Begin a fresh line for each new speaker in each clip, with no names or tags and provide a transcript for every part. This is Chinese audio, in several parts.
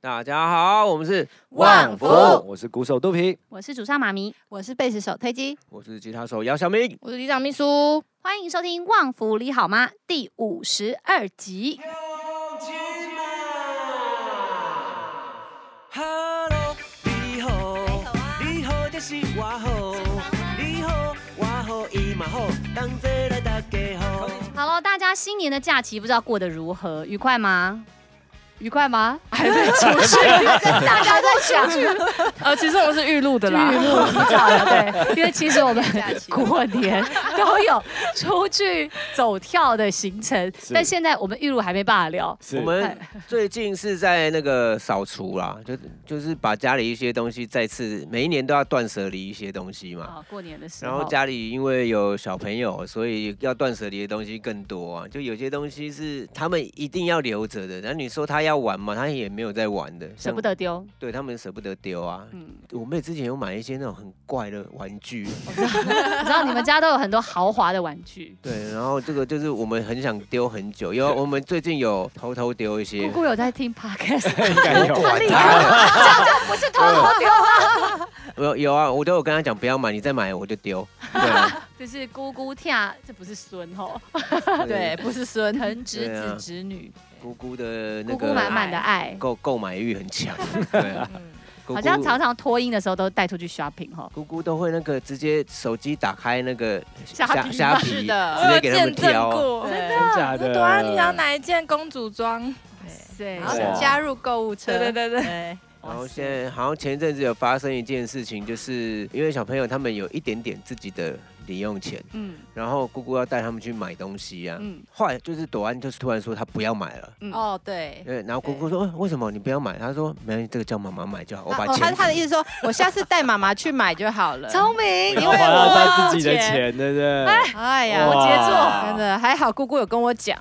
大家好，我们是
旺福
我是鼓手肚皮，
我是主唱妈咪，
我是贝斯手推机，
我是吉他手姚小明。
我是里长秘书。
欢迎收听《旺福你好吗》第五十二集。
Hello，你好，你好，这是我好，你好，我好，伊嘛好，同齐来大家好。
好了，大家新年的假期不知道过得如何，愉快吗？愉快吗？还在出去，跟大家在 想去
呃，其实我们是预录的啦
预。录提早了，对， 因为其实我们过年都有出去走跳的行程，但现在我们预录还没办法聊。
我们最近是在那个扫除啦，就就是把家里一些东西再次，每一年都要断舍离一些东西嘛。
啊，过年的时
然后
候，
家里因为有小朋友，所以要断舍离的东西更多啊。就有些东西是他们一定要留着的，然后你说他要玩嘛，他也没有在玩的，
舍
像
不得丢，
对他们舍不得丢啊。
嗯，
我妹之前有买一些那种很怪的玩具，
我知道你们家都有很多豪华的玩具。
对，然后这个就是我们很想丢很久，因为我们最近有偷偷丢一些
姑，姑有在 听 podcast，啊
应该有
管这样就不是偷偷丢，
有有啊，我都有跟她讲不要买，你再买我就 丢。对啊，
就是姑姑跳，这不是孙吼，
对，，不是孙，
疼侄
对啊
子侄女，
姑姑的那
姑姑满
个
满的爱，
购购买欲很 强，对啊，姑
好
姑
像常常脱音的时候都带出去 shopping 吼。
姑姑都会那个直接手机打开那个
虾皮
虾
吗
皮，
是的
直接给他们挑啊。
过
真
真假的？
朵安，你要？哪一件公主装？
对
然后
哇
加入购物车，
对对对对，
对
啊然后现在好像前一阵子有发生一件事情，就是因为小朋友他们有一点点自己的零用钱，
嗯
然后姑姑要带他们去买东西啊。
嗯
后来就是朵安就是突然说她不要买了。
嗯，
哦对，
对，然后姑姑说、哦为什么你不要买？她说没关系，这个叫妈妈买就好，我把
啊哦他
钱。
他的意思说，我下次带妈妈去买就好了。
聪明，
因为 花到自己的钱，对不对？
哎呀，
摩羯座
真的还好，姑姑有跟我讲，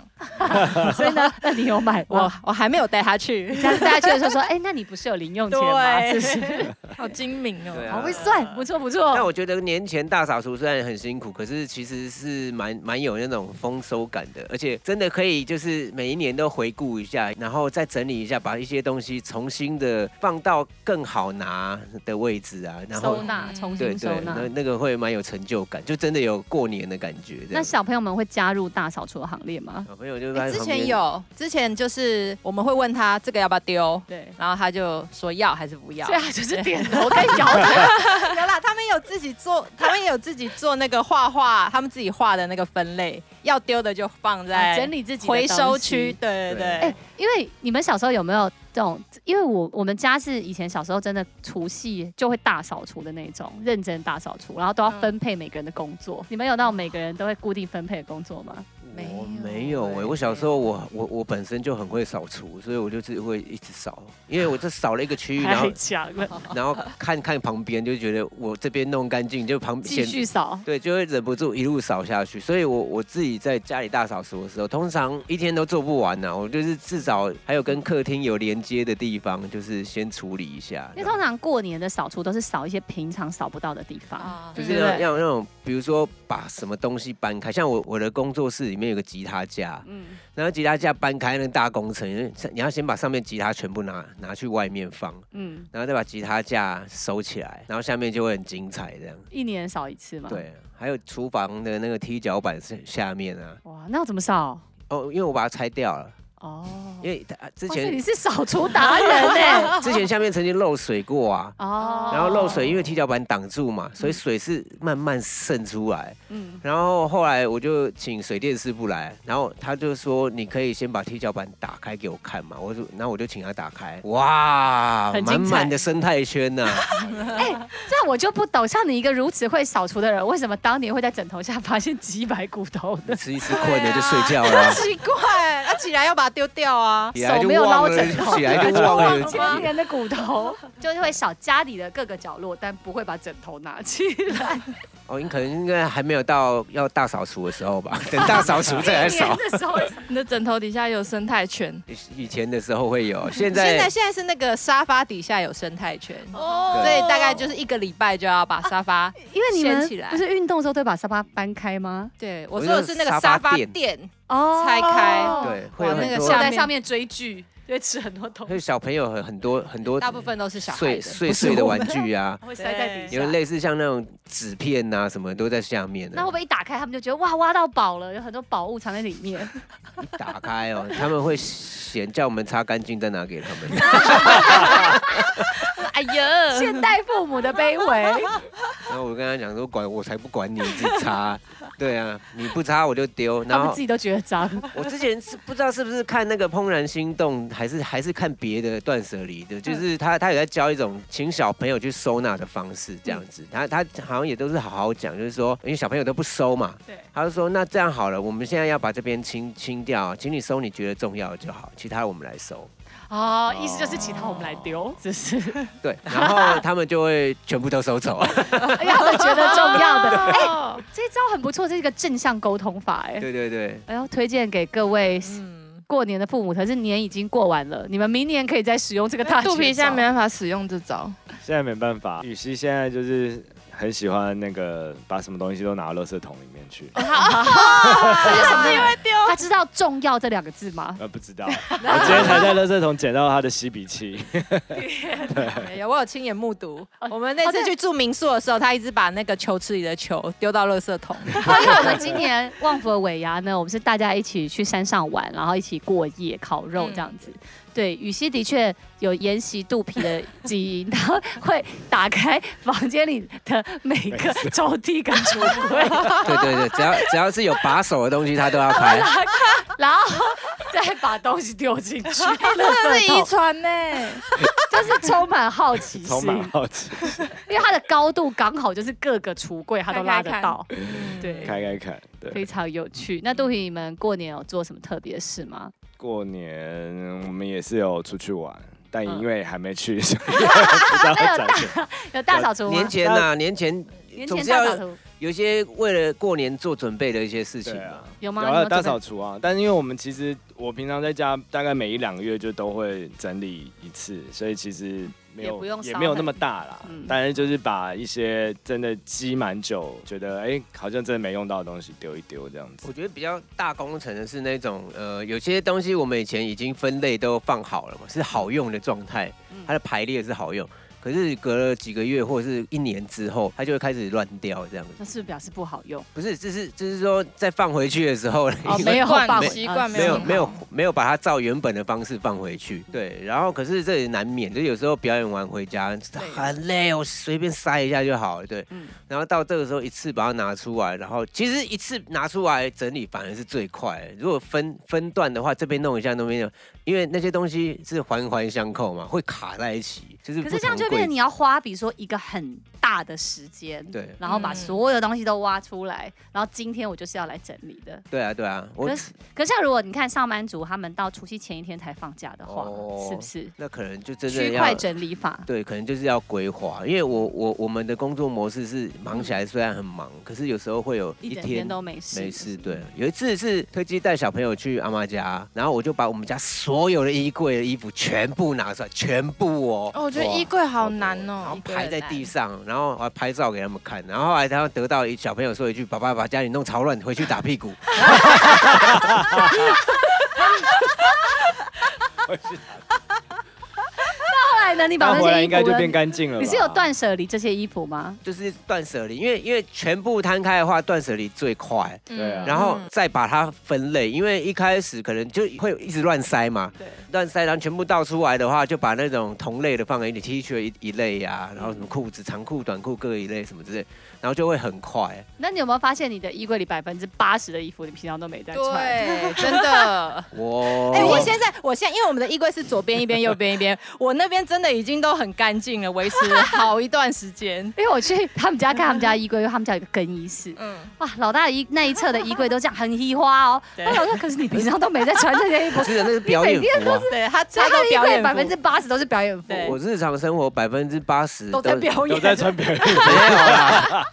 真的，那你有买
我
吗？
我还没有带她去。
下次大家去的时候说，哎，那你不是有零用钱吗？是不是？
好精明
对
哦。
啊
好会算，不错不错
但。我觉得年前大扫除虽然很辛苦，可是其实是蛮蛮有那种丰收感的，而且真的可以就是每一年都回顾一下，然后再整理一下，把一些东西重新的放到更好拿的位置啊，然后
收纳，重
对
新
对
收，纳。
那那个会蛮有成就感，就真的有过年的感觉。这
那
样
小朋友们会加入大扫除的行列吗？
小朋友就在
哎之
旁
前
边
有，之前就是我们会问他这个要不要丢，
对，
然后他就说要还是不要。
所以他就是点头 跟摇头。
有啦，他们有自己做， 他们也有自己做那个画画，他们自己画的那个分类，要丢的就放在、
啊整理自己的
回收
东西
区。对对对，
哎、因为你们小时候有没有这种？因为我我们家是以前小时候真的除夕就会大扫除的那种，认真大扫除，然后都要分配每个人的工作。你们有那种每个人都会固定分配的工作吗？
我没
没
有
有
哎、
欸
我小时候我我我本身就很会扫除，所以我就是会一直扫，因为我这扫了一个区域， 然 后
太强了，
然后看看旁边就觉得我这边弄干净，就旁
继
边
续扫。
对，就会忍不住一路扫下去。所以我我自己在家里大扫除的时候，通常一天都做不完呐、我就是至少还有跟客厅有连接的地方，就是先处理一下。
因为哎通常过年的扫除都是扫一些平常扫不到的地方。
啊
就是
对不
要
对
要那种，比如说把什么东西搬开，像我我的工作室里面有个吉他架，
嗯，
然后吉他架搬开那个大工程，因为你要先把上面吉他全部拿拿去外面放，
嗯，
然后再把吉他架收起来，然后下面就会很精彩这样。
一年扫一次嘛。。
对，还有厨房的那个踢脚板是下面啊，
哇，那要怎么扫？
哦，因为我把它拆掉了，
哦，
因为它之
哇塞
前
你是扫除达人 呢、
之前下面曾经漏水过啊。
哦，
然后漏水，因为踢脚板挡住嘛，所以水是慢慢渗出来。
嗯，
然后后来我就请水电师傅来，然后他就说你可以先把踢脚板打开给我看嘛，我说，然后我就请他打开，哇，
很精
满
彩
满的生态圈呐、
这样我就不懂，像你一个如此会扫除的人，为什么当年会在枕头下发现几百骨头呢？
吃一吃困了就睡觉 了，
奇怪，他起来要把它丢掉啊。
起来
手
就
没有
忘
捞
了
枕头，
起来就忘 了有
千年的骨头，就是会扫家里的各个角落，但不会把枕头拿起 来。
哦，你可能应该还没有到要大扫除的时候吧，等大扫除再来
年
扫。
的时候会扫，
你的枕头底下有生态圈，
以以前的时候会有，现
现在
在
现在是那个沙发底下有生态圈，
哦
所以大概就是一个礼拜就要把沙发。
因为你
掀起
们
来
不是运动的时候都会把沙发搬开吗？
对，我
我
说的
就是
是那个
沙
沙
发
发
垫
垫，
哦
拆开
对，会有
哇那
很
个
多
坐
下
在上面追剧，就会吃很多东
所
西，
以小朋友很很多很多
大部分都是小孩
碎
的。
碎碎的玩具啊，
会塞在底
有
下。
类似像那种纸片啊什么都在下面啊的
那会不。会一打开，他们就觉得哇挖到宝了，有很多宝物藏在里 面？
一打开哦，他们会嫌叫我们擦干净再拿给他们。
哎呀，
现代父母的卑微，
然后我跟他讲说管我才不管你，你自己擦。对啊，你不擦我就丢。
他
然
们
后
自己都觉得脏。
我之前是不知道是不是看那个《怦然心动》，还是还是看别的《断舍离》的，就是他他有在教一种请小朋友去收纳的方式，这样子。他他好像也都是好好讲，就是说因为小朋友都不收嘛，
对，
他就说那这样好了，我们现在要把这边清清掉，请你收你觉得重要的就好，其他的我们来收。
哦，意思就是其他我们来丢，只是
对，然后他们就会全部都收走。
哎呀，我觉得重要的。哎，
哦
这一招很不错，这是一个正向沟通法，哎，
对对对，
哎呦，推荐给各位
嗯，
过年的父母，可是年已经过完了，你们明年可以再使用这个大
哎肚皮
绝
现
招
在没办法使用这招，
现在没办法，雨熙现在就是很喜欢那个把什么东西都拿到垃圾桶里面去。
啊
他知道“重要”这两个字 吗？
呃，不知道，我今天才在垃圾桶捡到他的吸鼻器。
有我有亲眼目睹。我们那次去住民宿的时候，他一直把那个球池里的球丢到垃 圾桶。
因为我们今年旺福的尾牙呢，我们是大家一起去山上玩，然后一起过夜烤肉这样子。对，雨熙的确有沿袭肚皮的基因，他会打开房间里的每个抽屉跟橱柜，
对对对，只要只要是有把手的东西，他都要 开。
然后再把东西丢进 去，
这
垃圾
是遗
桶
传 呢。
就是充满好奇
充满
心。
好奇，
因为它的高度刚好就是各个橱柜它都拉得到，对，
开开看。对
非，常有趣。那杜平，你们过年有做什么特别的事吗？
过年嗯我们也是有出去玩，但
嗯
因为还没去，所以不知道
那有
讲
大
什么。
有大扫除
呃
吗
年？前呐、年前
年
总
前
是
大
要
扫除
有些为了过年做准备的一些事情
对
嘛
啊。
有吗？
有
你们
啊，
有
大
准
扫
备
除啊！但是因为我们其实我平常在家大概每一两个月就都会整理一次，所以其实没
也
有
不用
也
烧
没有
很
那么大啦。
嗯
但是就是把一些真的积蛮久，觉得哎、好像真的没用到的东西丢一丢这样子
我。觉得比较大工程的是那种，呃，有些东西我们以前已经分类都放好了嘛，是好用的状态
嗯，
它的排列是好用。可是隔了几个月或者是一年之后，它就会开始乱掉，这样子。
那是不是表示不好 用？
不是，这是就是说再放回去的时候，
哦
因为
没有放嗯
习惯
没有
没有
没有没有把它照原本的方式放回去，对。然后可是这也难免，就有时候表演完回家很累，我随便塞一下就好了，对。
嗯
然后到这个时候一次把它拿出来，然后其实一次拿出来整理反而是最快的。如果分分段的话，这边弄一下那边弄，因为那些东西是环环相扣嘛，会卡在一起，就是
可
不
是这样
同
就
柜
变成你要花，比如说一个很大的时间，
对
然后把
嗯
所有东西都挖出来，然后今天我就是要来整理的。
对啊对啊，我
可是，可是像如果你看上班族他们到除夕前一天才放假的话，
哦
是不是？
那可能就真的
区
要
块整理法，
对，可能就是要规划，因为我我我们的工作模式是忙起来虽然很忙，可是有时候会有
一
一
整
天
天都没事，
没事。对，有一次是推机带小朋友去阿妈家，然后我就把我们家所有的衣柜的衣服全部拿出来，全部哦。
哦我觉得
哇
衣柜好难
然后
哦，
排在地上，然后我还拍照给他们看，然后后来他们得到一小朋友说一句：“爸爸把家里弄潮乱，回去打屁股。
后来呢，你把
那
那
回来
些衣
应该
服
就
呢
变干净了吧。
你是有断舍离这些衣服吗”？
就是断舍离，因为因为全部摊开的话，断舍离最快。
对啊
然
嗯
后再把它分类，因为一开始可能就会一直乱塞嘛，
对，
乱塞，然后全部倒出来的话，就把那种同类的放给你，T 恤一一类呀、
嗯
然后什么裤子、长裤、短裤各一类什么之类，然后就会很快。
那你有没有发现你的衣柜里百分之八十的衣服你平常都没在穿？。
对，真 的，
我
哎、 我现在我现在因为我们的衣柜是左边一边，右边一边，我那边真的已经都很干净了，维持了好一段时间
因为我去他们家看他们家衣柜，因为他们家有一个更衣室，
嗯，
哇，老大的衣那一侧的衣柜都这样很移花哦。
对
我想说，可是你平常都没在穿这 些衣服
不，是那是表演服啊，
对他，
所以
他
他
都
的衣
表
柜
演
百分
服
之八十都是表演服，
对
我日常生活百分之八十
都在表
有
演，
在 穿别人 的衣服
没有啦，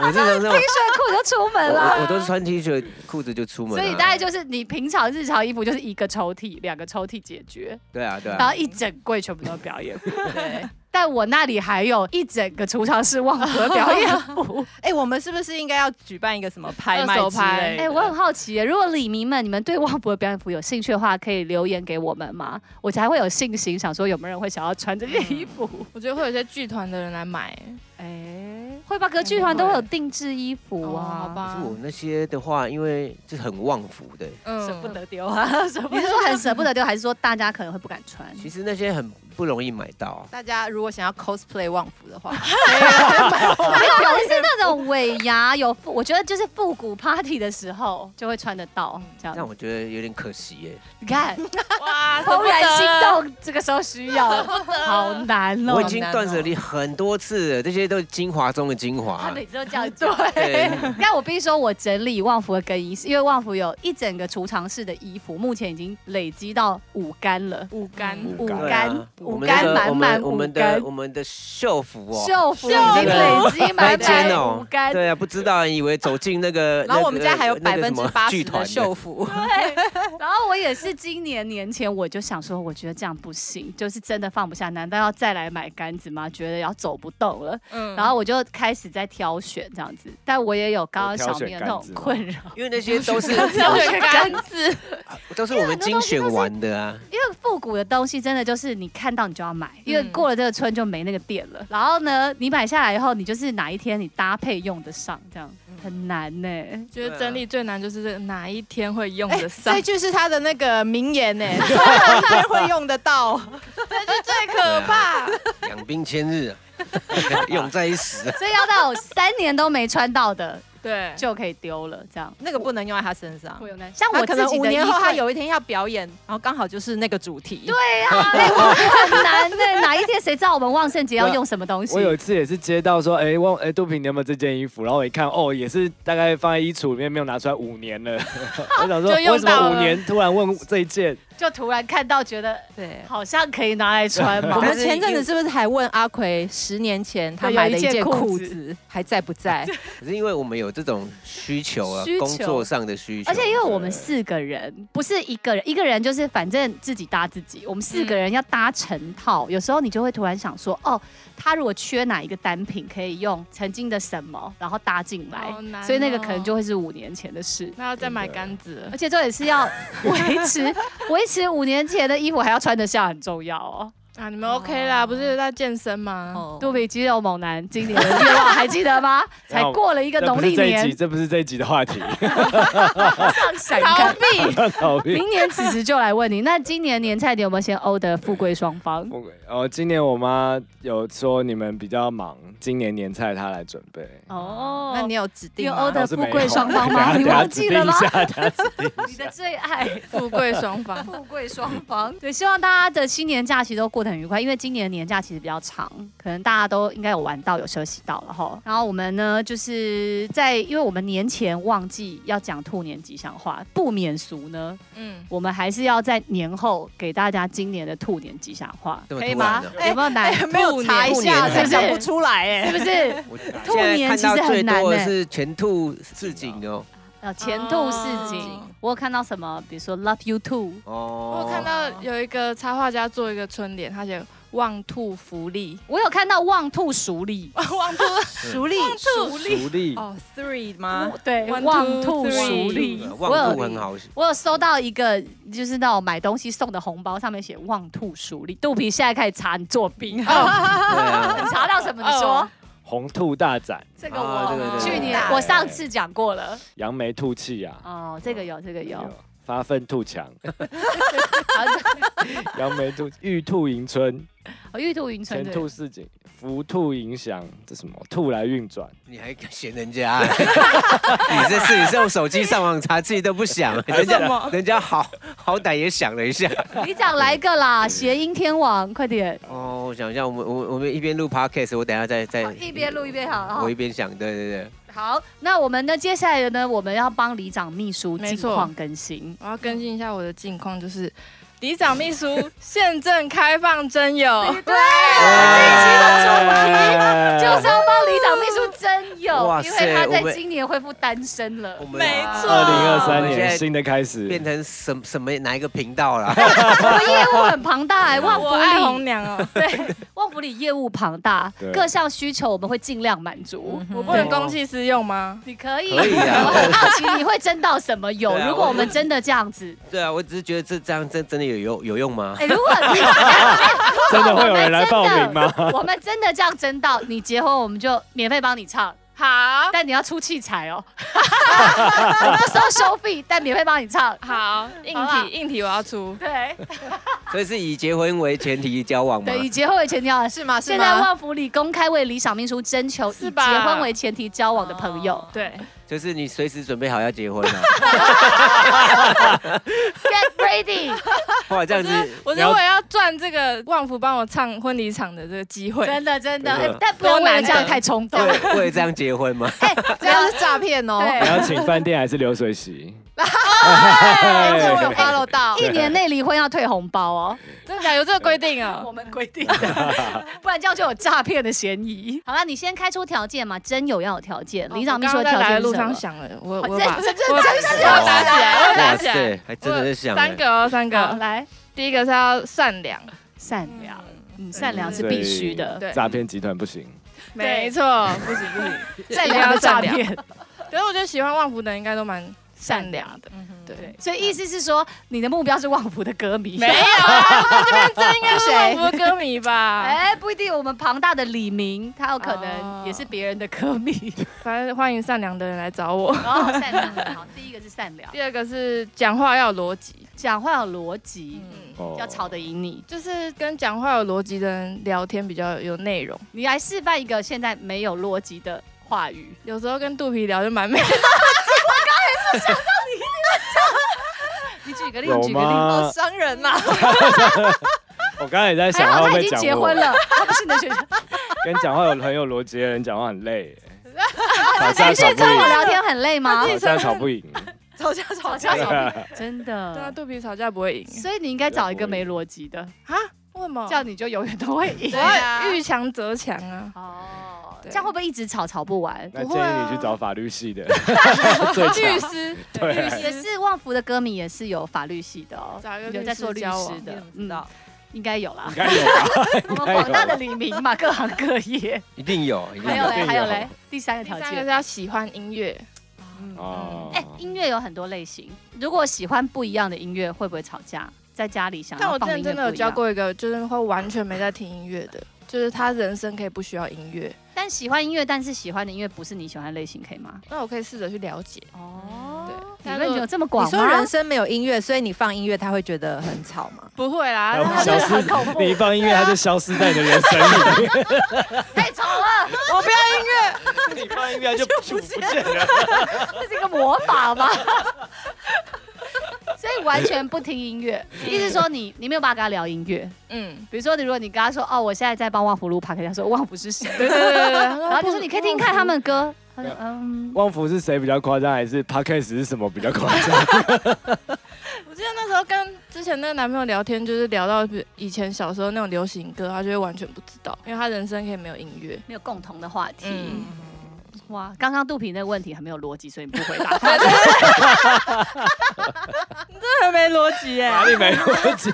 我日常 生活
，T 恤裤就出门
我我 我
了。
都是穿 T 恤裤子就出门、
所
啊，
以大概就是你平常日常衣服就是一个抽屉、两个抽屉解决，
对啊对
然
啊
后，一整柜全部都是表演服。
对，
但我那里还有一整个储藏室万和表演服。
哎、我们是不是应该要举办一个什么拍 卖
二手
之类
拍
哎、我很好奇耶，如果李迷们你们对旺博的表演服有兴趣的话，可以留言给我们吗？我才会有信心，想说有没有人会想要穿这件衣服。
我觉得会有一些剧团的人来买。
哎、 会吧？各剧团都会有定制衣服
哦
啊，
好
可
吧
是，我那些的话，因为是很旺福的，
嗯
舍不得丢啊， 舍不得。你是说很舍不得丢，还是说大家可能会不敢穿？
其实那些很不容易买到啊。
大家如果想要 cosplay 旺福 的话，
没有，他们是那种尾牙有复，我觉得就是复古 party 的时候就会穿得到这
但嗯
样。
我觉得有点可惜耶，
你看，
哇，
怦
舍不得
然心动，这个时候需要，好难
我
哦
已。经
难
断舍
哦
离很多次了，这些都是精华中的精
他
华。
每次都这样做。
对，
但我必须说，我整理旺福的更衣室，因为旺福有一整个储藏室的衣服，目前已经累积到五干了，
五干
嗯
五
干
对
干
啊，
五
我们那
干
个
满满
我们我
五
们
干
的。我们的秀服哦，
秀服已经累积 满
那间
满五
哦
干，，
对啊，不知道以为走进那 个，
然后我们
那个
家还有
那
百
个什
分之
么
八
剧
十
团的
的秀服，
然后我也是今年年前我就想说，我觉得这样不行，就是真的放不下，难道要再来买杆子吗？觉得要走不动了，
嗯
然后我就开始在挑选这样子，但我也有刚刚
有挑
小
选
明的那种
杆子吗
困扰，
因为那些都是
对杆子，
都是我们精选完的 啊，
因为复古的东西真的就是你看到你就要买，因为
嗯
过了这个村就没那个店了。然后呢，你买下来以后，你就是哪一天你搭配用得上，这样很难呢、
觉得整理最难就是这个哪一天会用
啊哎、
得上
这，句是他的那个名言呢、 欸，一天会用得到，
最可怕。
养兵千日啊， 用在一时啊。
所以要到三年都没穿到的
对，
就可以丢了，这样。
啊那个不能用在他身上。
会有难，像
他
我
可
自
能
己
五
的衣
年后他
柜
有一天要表演，然后刚好就是那个主题。对，
对呀、啊，哎我很难呢、哪一天谁知道我们万圣节要用什么东西？
啊我有一次也是接到说，哎、忘，哎、杜平你有没有这件衣服？然后我一看，哦，也是大概放在衣橱里面没有拿出来五年了。 我想说，
就用
为什
到
么五
了
年突然问这一件？
就突然看到觉得
对
好像可以拿来穿嘛
我。
但
们
是
前阵子是不是还问阿奎，十年前他
对
买
有
的
一
一
件
件
裤
裤
子
子还在 不在？
可是因为我们有这种需求啊
需，求
工作上的需求，
而且因为我们四个人，不是一个人，一个人就是反正自己搭自己，我们四个人要搭成套，有时候你就会突然想说，哦，他如果缺哪一个单品，可以用曾经的什么，然后搭进来
好，难
所以那个可能
哦
就会是五年前的事。
那要再买杆子了
而。且重点是要维持 维持五年前的衣服还要穿得下，很重要哦。
啊，你们 OK 啦，不是在健身吗？
哦
杜比肌肉猛男今年的愿望还记得 吗？才过了一个
这
农
不是
历
这一
年
集，，这不是这一集的话 题。
上闪
逃
看。
避，
好屁
明年此时就来问你，那今年年菜你有没有先欧的富贵双 方？
我哦，今年我妈有说你们比较忙，今年年菜她来准备。
哦，
那你有指
你
定
有
吗
欧的
倒是
富
没有
贵双 方
等
吗？
下
你
等下
忘
指
记
定
了吗
一？下等下指定一
你
下
的最爱。
富贵双方。
富贵双方，对，希望大家的新年假期都过得很愉快，因为今年的年假其实比较长，可能大家都应该有玩到，有休息到了哈。然后我们呢，就是在因为我们年前忘记要讲兔年吉祥话，不免俗呢，
嗯，
我们还是要在年后给大家今年的兔年吉祥话，
这么
可以
突
吗
然的？
哎
有没有难？
没有查 一
兔年
下，
兔
才
年
想不出来哎、
是不是？
我
兔
现在
年
看
其实
到最
很难
多的
欸
是全兔市井哦，
呃，前兔似锦
哦，
我有看到什么，比如说 Love You Too，
哦，
我看到有一个插画家做一个春联，他写“望兔福利”，
我有看到望兔鼠李，
望 兔
熟力
福利
福利
哦，three 吗？
对，
One, two,
望兔
three
鼠李，
旺兔很好，
我有收到一个，就是那种买东西送的红包，上面写“望兔鼠李”。肚皮现在开始查你作弊，
对
哦你
啊，
查到什么？你说
哦
红兔大展，
这个
啊这个
我
对
去
对
年
对
我上次讲过了。
扬眉吐气啊，
哦，这个有，这个有。
发愤图强，
好
扬眉吐玉兔迎春，
哦玉兔迎春
前
对
兔似锦，福兔迎祥，这什么兔来运转？
你还嫌人 家？你这是你是用手机上网查，自己都不想，人家人家好好歹也想了一下。
你讲来一个啦，谐音天王，快点，
哦，我想一下，我们我我们一边录 podcast，我等一下再再
好一边录一边好
我一边想，对对对，
好。那我们呢？接下来的呢，我们要帮里长秘书
没
近
错
况更新。
我要更新一下我的近况，就是里长秘书现正开放征友，
对，这一期的主题
哎
就是要帮里长秘书真友。
哇
因
塞
为他
我
在
们
今年恢复单身了
我。们
没
二
错
零二
哦我
三
们现在
年新的开始，
变成什么什么哪一个频道 啦？
啊我们业务很庞大、哎，旺
我爱
福
红
里
娘 哦，
对，旺福里业务庞大
对，
各项需求我们会尽量满足。
我不能公器私用吗？
你可以，
可以啊
我很好奇你会争到什么有？
对啊
如果我们真的这样子，
对啊，我只是觉得这这样真真的有有有用吗？
哎，如果
真的会有人来报名吗？
我们真的这样争到你结婚，我们就免费帮你唱，
好，
但你要出器材哦，我们不收收费，但免费帮你唱。
好，硬
好啦
体硬体我要出，
对，
所以是以结婚为前提交往吗？
对，以结婚为前提 啊，
是吗？是
现在
吗？
旺福里公开为理想秘书征求以
是
结
吧
婚为前提交往的朋友，
对，
就是你随时准备好要结婚 了。
，Get ready，
哇，这样子
我如果要赚这个旺福帮我唱婚礼场的这个机会，
真的真的，
真的
哎但不要为了这样太冲动。
为为了这样结婚 吗？
这样是诈骗哦。
对
你要请饭店还是流水席？
但是我有 follow 到，
一年内离婚要退红包哦，
真的假的有这个规定 哦？
们规定的，不然这样就有诈骗的嫌疑。好了，你先开出条件嘛，真有要有条件。李长秘说
哦我
的
刚刚在
条
来
件
的
是
路
什
上
么？
想了，我
哦
我
真
把
真真
我
真是
我打起来，我打
哇
起来
塞，，还真的是想
三
哎。
个哦，三
哦好，
个。
来，
第一个是要善良，
善良，嗯，善良是必须的，
对
诈骗集团不行，
没错，不行不行。
善良的诈
一定
骗。
可是我觉得喜欢旺福的应该都蛮善良的，
嗯
对
对。
所以意思是说，你的目标是旺福的歌迷。
没有啊，我这边真应该是
谁
旺福歌迷吧？
哎，不一定，我们庞大的李明，他有可
哦
能也是别人的歌 迷。
反正欢迎善良的人来找 我。
哦，善良，好，第一个是善良，
第二个是讲话要有逻辑，
讲话有逻辑，
嗯，
哦
要吵得赢你。
就是跟讲话有逻辑的人聊天比较有内容。
你来示范一个现在没有逻辑的话语。
有时候跟肚皮聊就蛮美。
你举个例，
有
举个例。
好
吗？
伤人呐！
我刚才也在想，
还好
会不
哎他
会
已经
讲
结
我
婚？了，他不是你的学 生。
跟讲话有很有逻辑的人讲话很累，吵
你
架
哎是
吵不
跟我
赢，
聊天很累吗？
吵架吵不赢，
吵架吵
吵
架
架，
吵
吵
架，
不赢真
对啊，
的。
肚皮吵架不会赢。
所以你应该找一个没逻辑的，
啊？为什么
这？样你就永远都会赢
我。要遇强则强啊！
哦，
对
这样会不会一直吵吵不完？
那
不
建
会啊
议你去找法律系的，
啊
律师，律
也
师，
是旺福的歌迷也是有法律系的哦
找一个，
有在做律
律师嗯交
师
往
的，嗯
知道，
应该有啦
应。该有吧？
我们
应该有
广大的黎明嘛，各行各业。
一定有，一定
还有
有。
嘞，还有嘞，第三个
第
条
三个
件
是。要喜欢音乐，
哦
哎、音乐有很多类型，如果喜欢不一样的音乐，会不会吵架？在家里想
但
要
我之
啊放的
前
音
真的
乐
有
不一
教
样，
过一个，就是会完全没在听音乐的，就是他人生可以不需要音乐。
但喜欢音乐，但是喜欢的音乐不是你喜欢的类型，可以吗？
那我可以试着去了 解。
哦，
对
理论有这么
你
广
说人
吗？
生没有音乐，所以你放音乐他会觉得很吵吗？
不会啦，
那我
哎他
们
就
消
是
失，你一放音乐，它就消失在你的人生里面。
太吵哎了，
我不要音乐，
你放音乐就不见了。
这是一个魔法吧？ 所以完全不听音乐，意思说你你没有办法跟他聊音乐。
嗯，
比如说，你如果你跟他说哦，我现在在帮旺福录 p 可以他说哦旺福是 谁？
对对对对对。然
然后就说你可以听听看他们的歌。他说嗯，
旺福是谁比较夸张，还是 Podcast 是什么比较夸张？
我记得那时候跟之前那个男朋友聊天，就是聊到以前小时候那种流行歌，他就会完全不知道，因为他人生可以没有音乐。
没有共同的话题。
嗯，
哇，刚刚肚皮那个问题很没有逻辑，所以你不回答。
这很没逻辑耶
哪里没逻辑？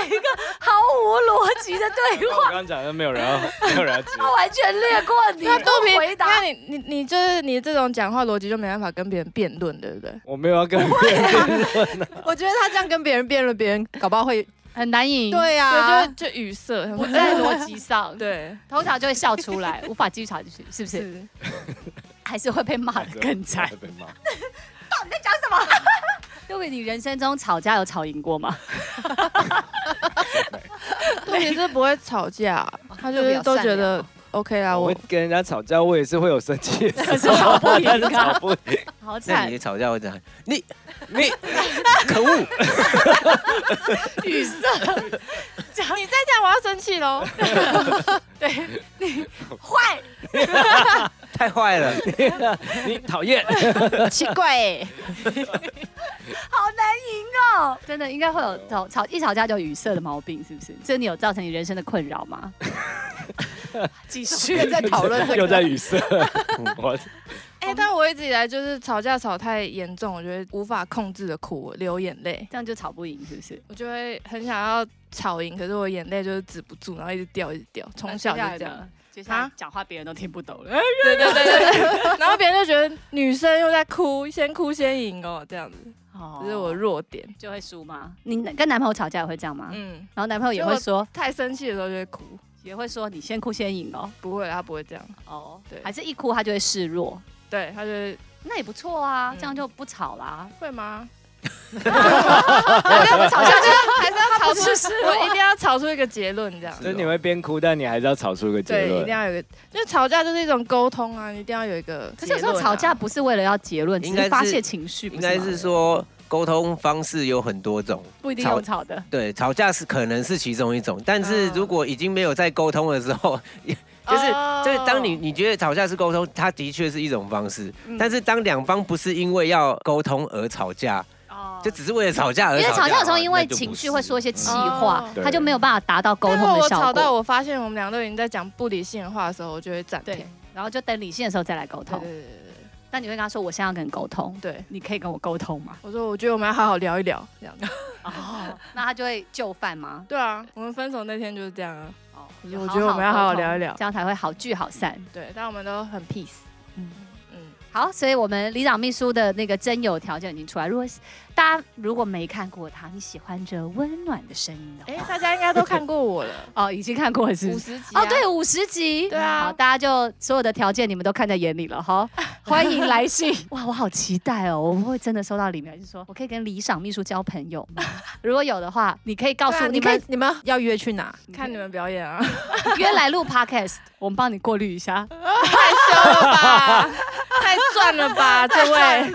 了一个毫无逻辑的对
我刚刚讲的没有人要，没有人要接。
话， 完全略过你
那肚皮，
不回答
那。你你你就是你这种讲话逻辑就没办法跟别人辩论，对不对？
我没有要跟别人
我觉得他这样跟别人辩论，别人搞不好会
很难赢，，
对啊
对，
呀，
就就语塞。
不在逻辑 上，，
对，
通常就会笑出来， 无法继续吵下去，是不是？
是。
还是会被骂
哎
的更惨。
被骂。
因为你人生中吵架有吵赢过吗？
肚皮是不会吵架，哦他就是都觉得 OK 啦，
我
我
会跟人家吵架，我也是会有生气的时
可
候，
是吵不
但
赢
是
啊
吵，不赢。
好
那
惨
你，吵架会怎样？你你可恶！
语塞。
你再这样我要生气喽。
太坏了！
你讨厌，
奇怪哎，
欸好难赢哦！真的应该会有吵吵一吵架就有语塞的毛病，是不是？这你有造成你人生的困扰吗？继续
在讨论这
又在
个。
语塞。我
哎、但我一直以来就是吵架吵太严重，我觉得无法控制的哭，流眼泪，
这样就吵不赢，是不是？
我就会很想要吵赢，可是我眼泪就是止不住，然后一直掉，一直掉，从小就这 样。。
接
下来啊
讲话别人都听不懂了，
对对对对对，然后别人就觉得女生又在哭，先哭先赢哦，这样子，
哦
这是我弱点。
就会输吗？你跟男朋友吵架也会这样吗？
嗯，
然后男朋友也会说，
太生气的时候就会哭，
也会说你先哭先赢哦。
不会，他不会这样，
哦，
对
还是一哭他就会示弱，
对他就会
那也不错啊，
嗯
这样就不吵啦。
会吗？
那这样不吵架就
还是要吵出
不是示，弱
我一定要吵出一个结论，这样。
所以你会边哭，但你还是要吵出个结
对，一定
论。
要有一个，就是吵架就是一种沟通啊，你一定要有一个
可
结论啊、
是有时候吵架不是为了要结论，只
应该
是
是
发泄情绪，
应该
不
是
吗
说沟通方式有很多种，
不一定
吵
用吵的。
对，吵架是可能是其中一种，但是
嗯
啊
如果已经没有在沟通的时候， 就是
哦
就是当你你觉得吵架是沟通，它的确是一种方式，
嗯
嗯
但是当两方不是因为要沟通而吵架，
哦
就只是为了吵架而
因为
呃吵
吵
架
架的时候，
哦
因为
那就不
情绪
是
会说一些气话
嗯，
对
他就没有办法达到沟通的
哦我
效
吵到
果。
我发现我们俩都已经在讲不理性的话的时候，我就会暂停。
对，然后就等理性的时候再来沟
对
通
对。对
那你会跟他说，我现在要跟你沟通，
对对，
你可以跟我沟通吗？
我说我觉得我们要好好聊一聊，这样。
哦， 那他就会就范吗？
对啊，我们分手那天就是这样啊。
哦，
我觉得我们要好好聊一聊
这样才会好聚好散。
对，但我们都很 peace。
嗯
嗯嗯，
好，所以我们里长秘书的那个真有条件已经出来。如果是大家如果没看过他，你喜欢这温暖的声音的话，
哎，大家应该都看过我了
哦，已经看过了 是
五
不是？
十集啊
哦，对，，五十集，
对啊
好，大家就所有的条件你们都看在眼里了 哈。欢迎来信， 哇，我好期待哦，我们会真的收到里面，就是说我可以跟里长秘书交朋友吗？ 如果有的话，你可以告诉
对啊
我，
你
你可以
们你们要约去 哪？
看你们表演啊，
约来录 podcast，我们帮你过滤一下。
太羞了吧，太赚了吧， 这位。
哎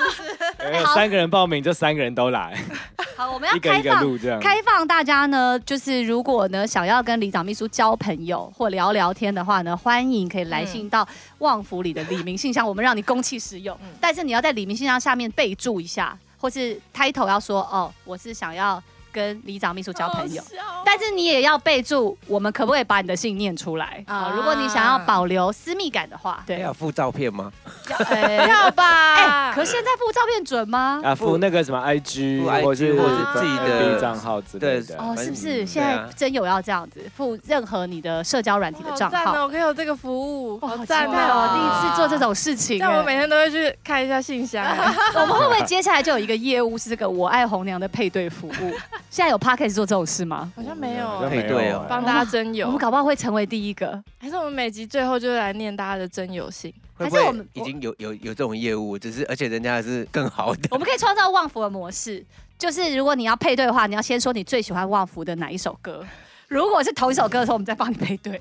有三个人报名，就三个人都来，
好，我们要
一个
开
一个
放
录这样。
开放大家呢，就是如果呢想要跟里长秘书交朋友或聊聊天的话呢，欢迎可以来信到旺福里的李明信箱，我们让你公器私用
嗯。
但是你要在李明信箱下面备注一下，或是 title 要说哦，我是想要跟里长秘书交朋友。
哦
但是你也要备注，我们可不可以把你的信念出来啊、
啊
如果你想要保留私密感的话，
哎
对，
要附照片吗？
不
哎、
要吧，
可现在附照片准吗？
啊，付那个什么 IG
付
或是
IG
或
或
是
是
自己的
FB 账号之类
对
的。
哦，
反
是
正
不是
嗯
现
对
在
啊
真有要这样子付任何你的社交软体的
好
账
赞
号？
哦，我可以有这个服务，
哇，好
好
期
赞
待哦！第
哦！
一次做这种事情欸，
但我每天都会去看一下信箱， 哎
我 们会不会接下来就有一个业务是这个“我爱红娘”的配对服务？ 现在有 p a c k a g e 做这种事吗？
好像没
嗯
好
有哎，
像没有
配对哦
哎
帮大家征
我
友
们，搞不好会成为第一个。
还是我们每集最后就来念大家的真友信，
会
还
不
是我
会
们
已经有有有这种业务？只是而且人家是更好的
我们可以创造旺福的模式，就是如果你要配对的话，你要先说你最喜欢旺福的哪一首歌。如果是同一首歌的时候，我们再帮你配对，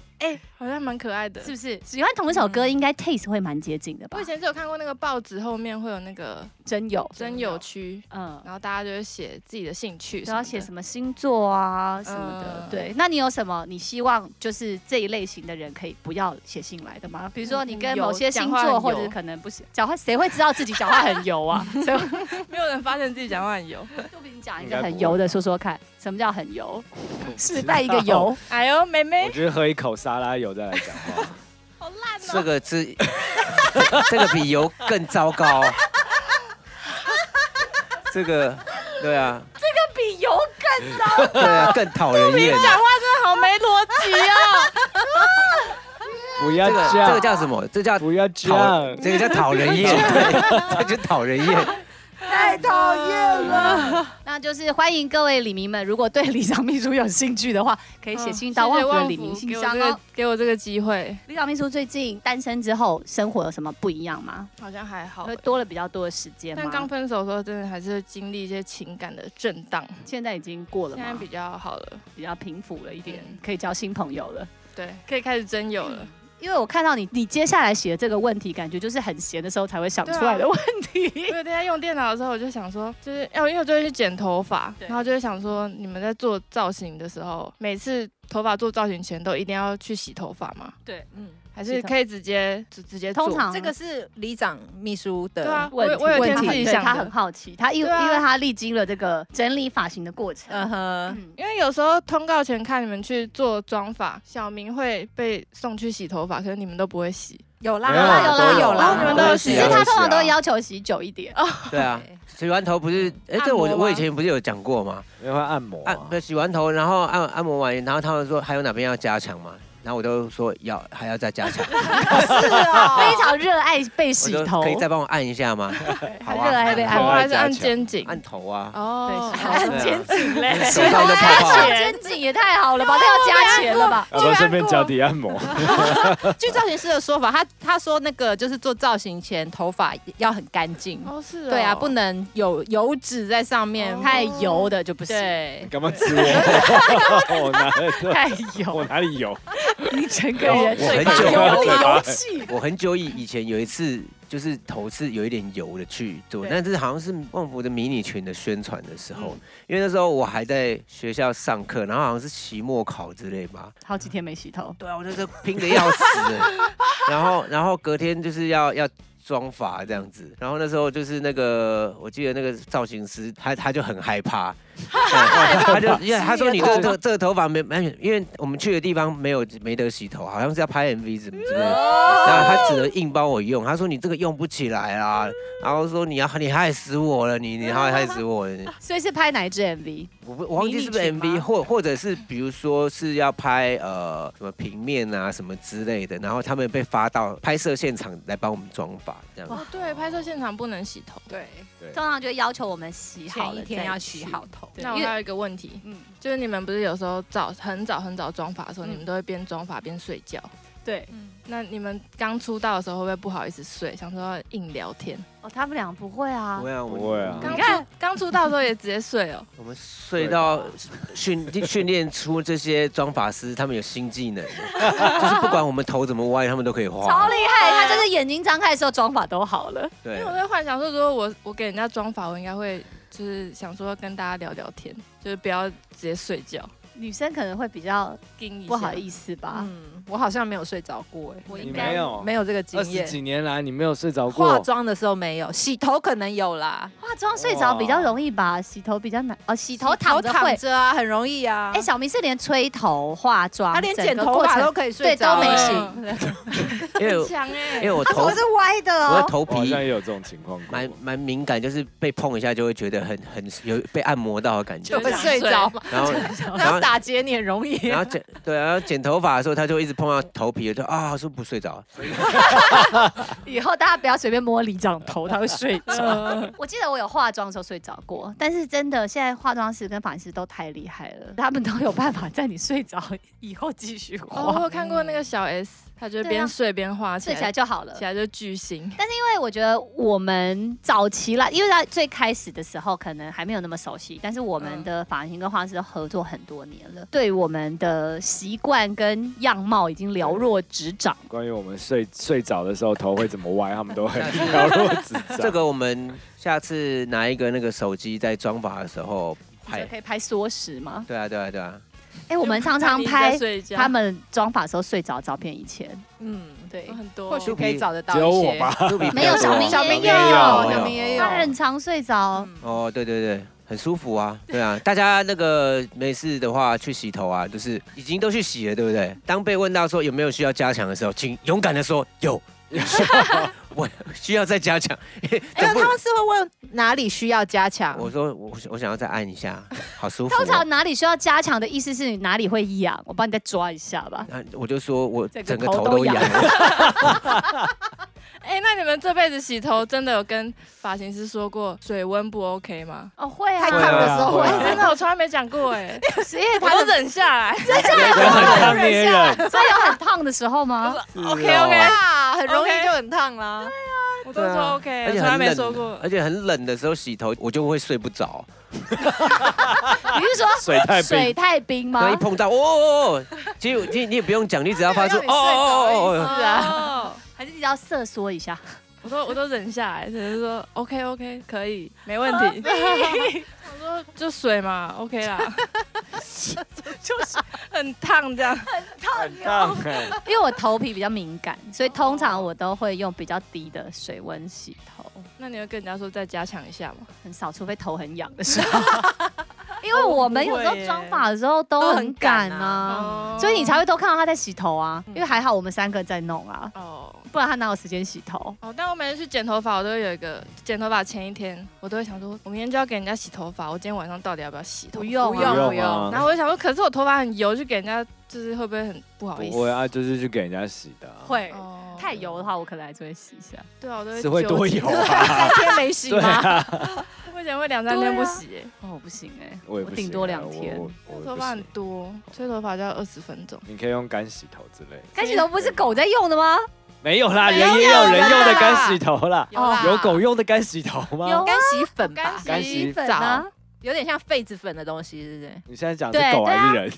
好像蛮可爱的
是。不是？喜欢同一首歌，应该 taste 嗯会蛮接近的吧
我以？前是有看过那个报纸后面会有那个
真有，
真友区，
嗯。
然后大家就会写自己的兴趣，
都要写什
么
么星座啊什么的。
嗯
对，那你有什么你希望就是这一类型的人可以不要写信来的吗？比如说你跟
嗯有
某些星
讲话很
座
油
或者可能不是讲话，谁会知道自己讲话很油 啊？谁会？
的， 没有人发现自己讲话很 油。
杜比，你讲一
应
个
该
很
不
油
会
的，说说看，什么叫很 油？
知
示范一个
道
油。
哎呦，妹
我
妹，
觉得喝一口沙拉油再来讲话。
这个是这这个比油更糟糕。这个对啊，
比油
对啊，更讨人厌。
讲话真的好没逻辑哦。
不要
这个
这
这
样
个，叫什么？这叫
不要这
讨，
样。
这个叫讨人厌，对，这就讨人厌。
太讨厌了。 那就是欢迎各位李民们，如果对李长秘书有兴趣的话，可以写信到
嗯谢谢
旺福的
旺
李明
福
信
给我
箱
这
哦
个。给我这个机会，
李长秘书最近单身之后，生活有什么不一样吗？
好像还好
会。多了比较多的时间吗？
但刚分手的时候，真的还是会经历一些情感的震荡，
现在已经过了
现
吗，
在比较好了，
比较平复了一点
嗯，
可以交新朋友了。
对，可以开始真友了。
因为我看到你，你接下来写的这个问题，感觉就是很闲的时候才会想出来的问题。
我有天在用电脑的时候，我就想说，就是要因为我最近去剪头发，
对
然后就会想说，你们在做造型的时候，每次头发做造型前都一定要去洗头发嘛？
对，
嗯，
还是可以直接直直接做
通常
这个是里长秘书的，
对啊，我
问
也
题，
我有一
问
天
题
自己
对
想
他
的
很好奇，他因为、
对啊
因为他历经了这个整理发型的过程。
嗯哼，
嗯
因为有时候通告前看你们去做妆发，小明会被送去洗头发，可是你们都不会洗。
有啦
没有啊
都有
有
啦你们都有洗
只
对
是
啊
他通常都会要求洗久一点。
对啊，洗完头不是，哎、这
按摩
我
吗
我以前不是有讲过吗？
因为会按摩
按
啊，
不是洗完头，然后按按摩完，然后他们说还有哪边要加强吗？然后我都说要还要再加强，
是哦，
非常热爱被洗
我说
头，
可以 再帮我按一下吗？好啊，
热爱被按
头
摩
还是按肩颈？
按头啊，
哦，
对
好
按
对啊
肩颈嘞，
手上都泡泡啊
按。肩颈也太好了吧，这要加钱了吧？
要不然顺便脚底按摩，
据造型师的说法，他他说那个就是做造型前头发要很干净，
哦是哦，
对啊，不能有油脂在上面，
哦
太油的就不行，
对，
干嘛吃我？我哪里
太
我
油，
哪里有？
你整个人
我很
嘴巴
久啊
油
我
里
嘴巴
油气。
我很久以以前有一次，就是头是有一点油的去做，
对
但是好像是旺福的迷你裙的宣传的时候，因为那时候我还在学校上课，然后好像是期末考之类吧。
好几天没洗头，
对啊，我那时候拼的要死 了，然后然后隔天就是要要。妆发这样子，然后那时候就是那个，我记得那个造型师，他他就很害 怕，对他就因为他说你这个这个头发没没，因为我们去的地方没有没得洗头，好像是要拍 MV 什么之类的，然后他只能硬帮我用，他说你这个用不起来啦，然后说你要你害死我了，你你害害死我了，
所以是拍哪一支 MV？
我不我忘记是不是
迷你裙
MV，
吗
或或者是比如说是要拍呃什么平面啊什么之类的，然后他们被发到拍摄现场来帮我们装法这样。
哦对，拍摄现场不能洗头。
对，
通常就会要求我们洗好
前
了
一
再
天要
去
洗好，头，
对
那我
因为
还有一个问题，
嗯，
就是你们不是有时候早很早很早妆发的时候，
嗯
你们都会边妆发边睡觉。
对。
那你们刚出道的时候会不会不好意思睡，想说硬聊天？
哦，他们俩不会啊
不。会啊，
不会啊
我
刚
们
出刚出道的时候也直接睡哦。
我们睡到训 训练出这些妆法师，他们有新技能，就是不管我们头怎么歪，他们都可以
超
画。
厉害，他就是眼睛张开的时候妆法都好了。
因
对
为，我在幻想说，如果我我给人家妆发，我应该会就是想说跟大家聊聊天，就是不要直接睡觉。
女生可能会比较不好
思，
意思吧，
嗯，我好像没有睡着过，哎，
我
你
应
没
该
有
没有这个经
二十
验。
几年来你没有睡着
化
过，
妆的时候没有，洗头可能有啦，
化妆睡着比较容易吧，洗头比较难。哦，洗头躺
头
着
躺
会。
着啊，很容易啊。
哎，小明是连吹头、化妆，
他连
整
剪
个
头
过
发
程
都可以睡着，嗯
对都没
因为
醒哦
对。
很强哎、
因为我
他
头
头是歪的
我的
哦。
头
我好
皮
像也有这种情况过。
蛮蛮敏感，就是被碰一下就会觉得很很有被按摩到的感觉
就。会睡着 嘛，
然后
然后打结你很容易。
然后剪对，然后剪头发的时候，他就一直碰到头皮，我就啊，是不是不睡着？
以后大家不要随便摸里长头，他会睡着。 我记得我有化妆的时候睡着过，但是真的现在化妆师跟发型师都太厉害了， 他们都有办法在你睡着以后继续
哦，我
画
有，看过那个小 S，她就是边睡边画起
啊睡
来，
起来就好了
起。来就巨星。
因为我觉得我们早期啦，因为在最开始的时候可能还没有那么熟悉，但是我们的发型跟化师都合作很多年了，对我们的习惯跟样貌已经了若指掌。
关于我们睡睡着的时候头会怎么歪，他们都会
下次
了如指掌。
这个我们下次拿一个那个手机在装法的时候
你觉
拍
得。可以拍缩时吗？
对啊，对啊，对啊，
哎、我们常常拍
睡觉，
他们妆发的时候睡着照片，以前
嗯，
对
有。很多，
或许可以找得到
只有
一
我
些。
吧，
就比
没有
较多
小明
小
也
明
有
也有，小明也有
他。很常睡着，
哦，对对对，很舒服啊，对啊，大家那个没事的话去洗头啊，就是已经都去洗了，对不对？当被问到说有没有需要加强的时候，请勇敢的说 有，我需要再加强。
没有，
总不
哎他们是会问哪里需要加强。
我说我我想要再按一下，好舒服哦、
通常哪里需要加强的意思是你哪里会痒，我帮你再抓一下吧。
那我就说我
整个
整个
头
头
都
都痒
痒
了。
哎、那你们这辈子洗头真的有跟发型师说过水温不 OK 吗？
哦，会
太
啊，
烫的时候
会
会
啊
哎、真的，我从来没讲过 哎、
所以
我
他
都
的
忍下 来。
很捏人。
所以有很烫的时候 吗？
OK OK，
啊，很容
OK
易就很烫啦。
我都说 OK，
啊而
哎我
且
从来
很
没
冷，
说过。
而且很冷的时候洗头，我就会睡不着，
你是说
水太冰
水太冰吗
然后一？碰到哦哦哦，其实你你也不用讲，你只要发出哦哦哦哦，
是啊，
还是你要瑟缩一下？
我都我都忍下来，只是说 OK OK 可以，没问题。我说就水嘛，OK 啦，就是很烫这样，
烫
很烫哎，
因为我头皮比较敏感，所以通常我都会用比较低的水温洗头，
那你会跟人家说再加强一下吗？
很少，除非头很痒的时 候。因为我们有时候妆发的时候都很赶啊，
哦
所以你才会都看到他在洗头啊。
嗯
因为还好我们三个在弄啊，
哦
不然他哪有时间洗头？
哦，但我每次去剪头发，我都会有一个剪头发前一天，我都会想说，我明天就要给人家洗头发，我今天晚上到底要不要洗头？
不用
不
啊，
用
不用啊
然后我就想说，可是我头发很油，去给人家就是会不会很不好意思？
不会啊，就是去给人家洗的啊，
会
哦
太油的话，我可能还是会洗一下。
对啊，我都
是会多
纠结
油啊。
三天没洗
对
吗？
我以前会两三天不洗、
啊
欸，
哦，我不行哎，
我也不
顶
行
多
啊
两
我
天。
我我也
头
不
发很
行
多，吹头发就要二十分钟。
你可以用干洗头之类的，
干洗头不是狗在用的吗？
没有啦，
没
人
有
也有人用的
啦啊
干洗头啦，
有啦
有狗用的干洗头吗
有？
干洗粉吧
哦干，洗
干洗
粉啊，
有点像痱子粉的东西，是不是？
你现在讲的
对
是狗
对
还
啊
是人？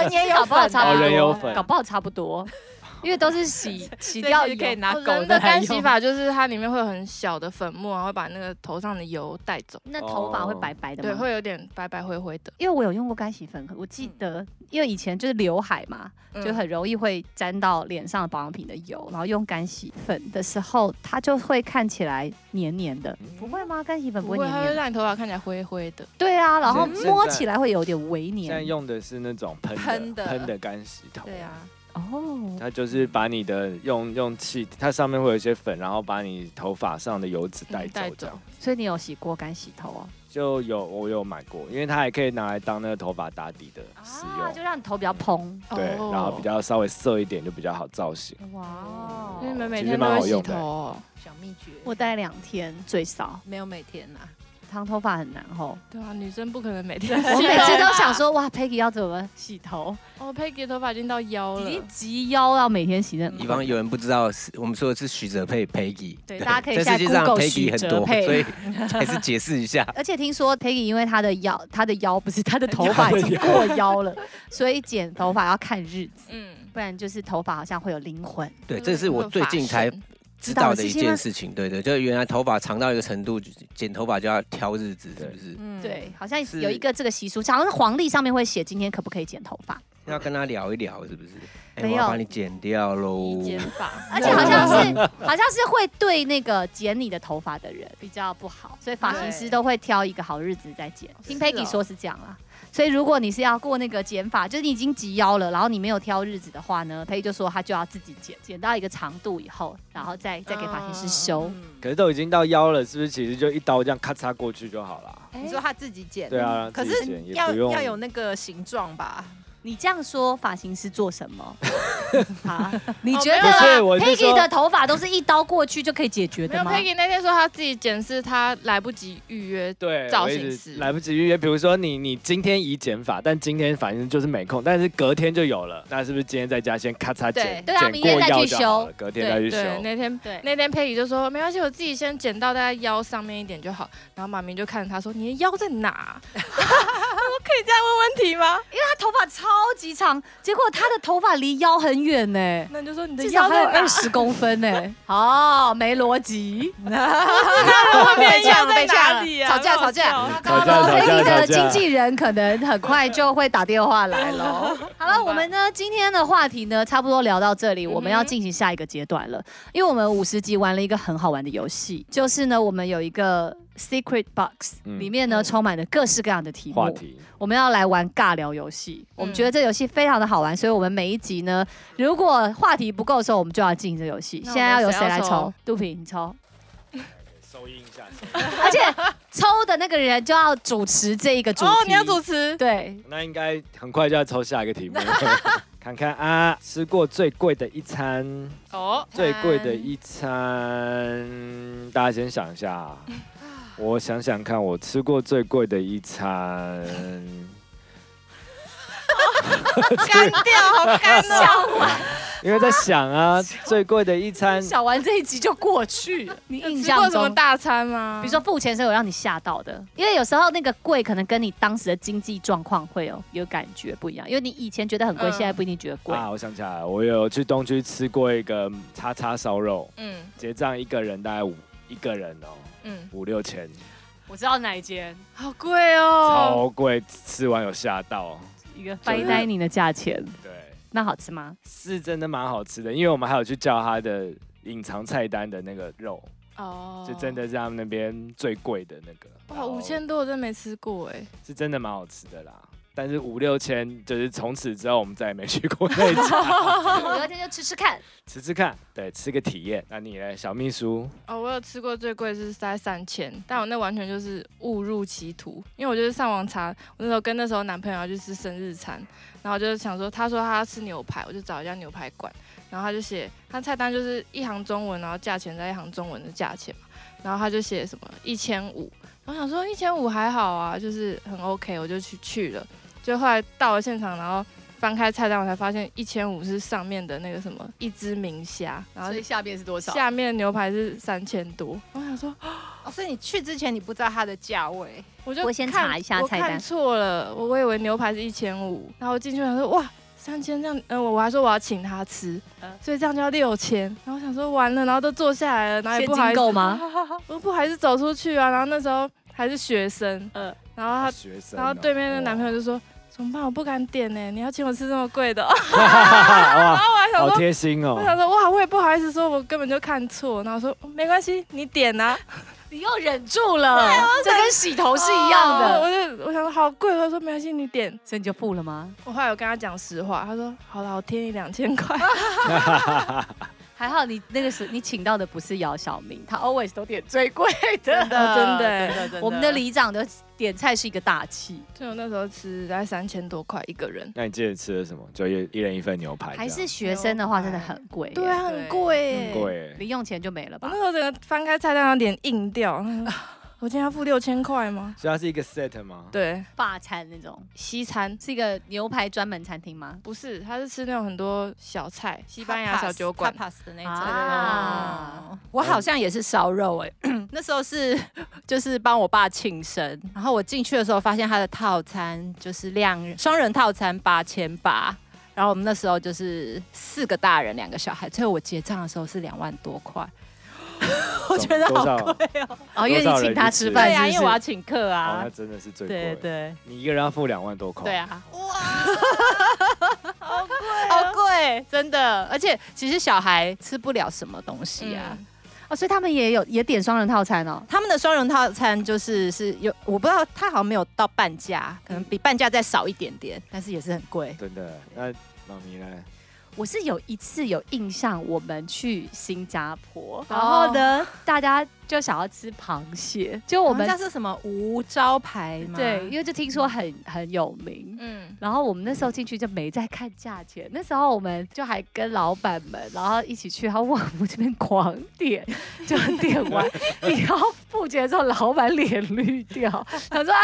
人也有
搞不好
粉
差不
哦
多，
人有粉
啊搞不好差不多，因为都是 洗洗
比
掉
较
油
可以拿
啊
哦
狗
人的
来
干
用
洗。法就是它里面会有很小的粉末，然后把那个头上的油带走，
那头发会白白的
对，
吗？
会有点白白灰灰的，
因为我有用过干洗粉，我记
嗯
得因为以前就是刘海嘛，就很容易会沾到脸上的保养品的油，然后用干洗粉的时候，它就会看起来黏黏的，
嗯
不会吗？干洗粉
不
不会
会，
黏
它会
黏的？
让你头发看起来灰灰的。
对啊，然后
现在
摸起来会有点微
现在
黏。
用的是那种喷
喷的
的喷的干洗头，
对啊，
哦，
它就是把你的用用气，它上面会有一些粉，然后把你头发上的油脂带
嗯
走
带，
这样、
所以你有洗过干洗头哦？
就有我有买过，因为它还可以拿来当那个头发打底的使用，
啊就让你头比较蓬。
对，
哦
然后比。较稍微涩一点就比较好造型。
哇哦
因为你们每
其实
天都
蛮
会
好
洗
用的
头哦，
小秘诀。
我戴两天最少，
没有每天呐，啊
长头发很难 吼。
对啊，女生不可能每天洗头。
我每次都想说，哇，Peggy 要怎么洗头？
哦，Peggy 头发已经到腰
已经
了，
及腰到每天洗的。
以防有人不知道，是我们说的是许哲佩 Peggy。
对，大家可以
这
下
世界上
Google 许
Peggy 很
哲
多，所以
佩。
还是解释一下。
而且听说 Peggy 因为她的腰，她的腰不是她的头 发已经过腰了，所以剪头发要看日子，嗯
嗯，
不然就是头发好像会有灵魂。
对，这是我最近才知道的一件事情。对对，就原来头发长到一个程度，剪头发就要挑日子，是不是？
嗯，
对，好像
是
有一个这个习俗，好像是黄历上面会写今天可不可以剪头发，
要跟他聊一聊，是不是？哎，
没
我
有
要把你剪掉喽
一。剪发，
而且好像 是好像是会对那个剪你的头发的人比较不好，所以发型师
对
都会挑一个好日子再剪。听
是
Peggy
哦
说是这样啦。所以如果你是要过那个剪法，就是你已经及腰了，然后你没有挑日子的话呢，Peggy 就说她就要自己剪，剪到一个长度以后，然后再再给发型师修。
嗯
可是都已经到腰了，是不是？其实就一刀这样咔嚓过去就好啦。
哎
你说他自己剪，
对啊，
嗯可
自
是
己剪也
要
不用
要有那个形状吧？
你这样说，发型师做什 么？啊，你
哦
觉得
没有
啦
啦
我是
？Peggy
说
的头发都是一刀过去就可以解决
没有
的吗？
Peggy 那天说她自己剪是她来不及预约，
对
造
我一
型
直
师
来不及预约。比如说你你今天已剪法，但今天反正就是没空，但是隔天就有了，那是不是今天在家先咔嚓
对
剪，
对啊
剪
明
过
天再
腰
去
就好
修
了，隔天再去
对，
修。
那天
对
那天佩仪就说没关系，我自己先剪到大概腰上面一点就好。然后马明就看着他说：“你的腰在哪？” 我说：“可以这样问问题吗
他头发超级长，结果他的头发离腰很远呢、？”
那你就说：“你的
至少
腰
还
在
有
哪
二十公分呢、 哦，没逻辑。
被呛了，被我啊
被呛了，被呛了吵架，吵
笑
架。
吵架吵架
Peggy
吵
哦的经
架！
纪人可能很快就会打电话来喽。好了，我们呢今天的话题呢差不多聊到这里，我们要进行下一个阶段了。因为我们五十集玩了一个很好玩的游戏，就是呢我们有一个 Secret Box，
嗯
里面呢
嗯
充满了各式各样的题目。
话题
我们要来玩尬聊游戏。我们
嗯
觉得这游戏非常的好玩，所以我们每一集呢，如果话题不够的时候，我们就要进行这游戏。
那我
现
们
在要由
谁
谁
要
来抽
抽？
杜平，你抽。
收音一下，
而且抽的那个人就要主持这一个主题。
哦，你要主持，
对，
那应该很快就要抽下一个题目，看看啊，吃过最贵的一餐，
哦，
最贵的一餐，大家先想一下，啊我想想看，我吃过最贵的一餐，
干掉，好干哦。
因为在 想啊，最贵的一餐，
想完这一集就过去了。 你印
吃过
象
什么
中，
大餐吗？
比如说付钱的时候有让你吓到的，因为有时候那个贵可能跟你当时的经济状况会有有感觉不一样，因为你以前觉得很贵，
嗯
现在不一定觉得贵。
啊，我想起来了，我有去东区吃过一个叉叉烧肉，
嗯
结账一个人大概五一个人哦，
嗯，
五六千，
我知道哪一间，
好贵哦，
超贵，吃完有吓到，
一个
就是
fine dining 的价钱。
对，
那好吃吗？
是真的蛮好吃的，因为我们还有去叫它的隐藏菜单的那个肉，
哦
就真的是他们那边最贵的那个。然
哇，
后
五千多我真没吃过哎，
是真的蛮好吃的啦。但是五六千，就是从此之后我们再也没去过那一 家，
我有一天
哎
就吃吃看。
吃吃看，对，吃个体验。那你嘞，小秘书，
哦，我有吃过最贵是在三千，但我那完全就是误入歧途，因为我就是上网查，我那时候跟那时候男朋友要去吃生日餐，然后我就是想说，他说他要吃牛排，我就找一家牛排馆，然后他就写他菜单就是一行中文，然后价钱再一行中文的价钱嘛，然后他就写什么一千五，我想说一千五还好啊，就是很 OK，我就去去了，就后来到了现场，然后。翻开菜单，我才发现一千五是上面的那个什么一只明虾，然后
所以下边是多少？
下面牛排是三千多，我想说，
哦，所以你去之前你不知道它的价 位，
我就
我先
看
查一下菜
我
单
看错了，我我以为牛排是一千五，然后我进去想说，哇，三千这样，嗯、我我还说我要请他吃，
嗯
所以这样就要六千，然后我想说完了，然后都坐下来了，然后也
现
不好
金
意思，
够吗？
我不好意思走出去啊，然后那时候还是学生，
嗯
然后他，
学生哦、
然后对面的男朋友就说。怎么办？我不敢点呢、你要请我吃这么贵的、哦，
哇，
我还想
好
说，
贴心哦
我。想说，哇，我也不好意思说，我根本就看错。然后我说没关系，你点啊。
你又忍住 了，这
啊
跟洗头是一样
哦
的。
我就我想说好贵，我说没关系，你点。
所以你就付了吗？
我后来有跟他讲实话，他说好了，我贴你两千 块。
还好你那个时你请到的不是姚晓明，他 always 都点最贵
真
哦真的欸
真的，
我们的里长的点菜是一个大气，
所以我那时候吃大概三千多块一个人。
那你记得吃了什么？就一一人一份牛排这样，
还是学生的话真的很贵。
对，啊，
对
很贵耶。
贵欸。
零用钱就没了
我
吧
那？时候整个翻开菜单，然后脸硬 掉。然后想说我今天要付六千块吗？
所以它是一个 set 吗？
对，
霸餐那种
西餐
是一个牛排专门餐厅吗？
不是，他是吃那种很多小菜，西班牙小酒馆。
，pass 的那
种啊
种。
我好像也是烧肉哎、
那时候是欸 就是帮我爸庆生，然后我进去的时候发现他的套餐就是两人双人套餐八千八，然后我们那时候就是四个大人两个小孩，最后我结账的时候是两万多块，我觉得
多
好
少
贵哦。
哦，因为你请他吃饭，
对
是
呀、
不
啊，
是
因为我要请客
哦，
啊
那。真的是最
对
贵。，
啊
对
你一个人要付两万多块。
对。啊，哇， 好贵，好啊贵，真的。而且其实小孩吃不了什么东西啊，
嗯
哦，所以他们也有也点双人套餐哦。
他们的双人套餐就是是有，我不知道它好像没有到半价，可能比半价再少一点点，但是也是很贵。
真的，那妈咪呢？
我是有一次有印象，我们去新加坡，
哦
然后呢，大家就想要吃螃蟹，就我
我
们
们叫是什么无招牌吗？
对，因为就听说很很有名。
嗯，
然后我们那时候进去就没在看价钱，那时候我们就还跟老板们，然后一起去，然后往我们这边狂点，就点完，然后付钱之后，老板脸绿掉，他说啊，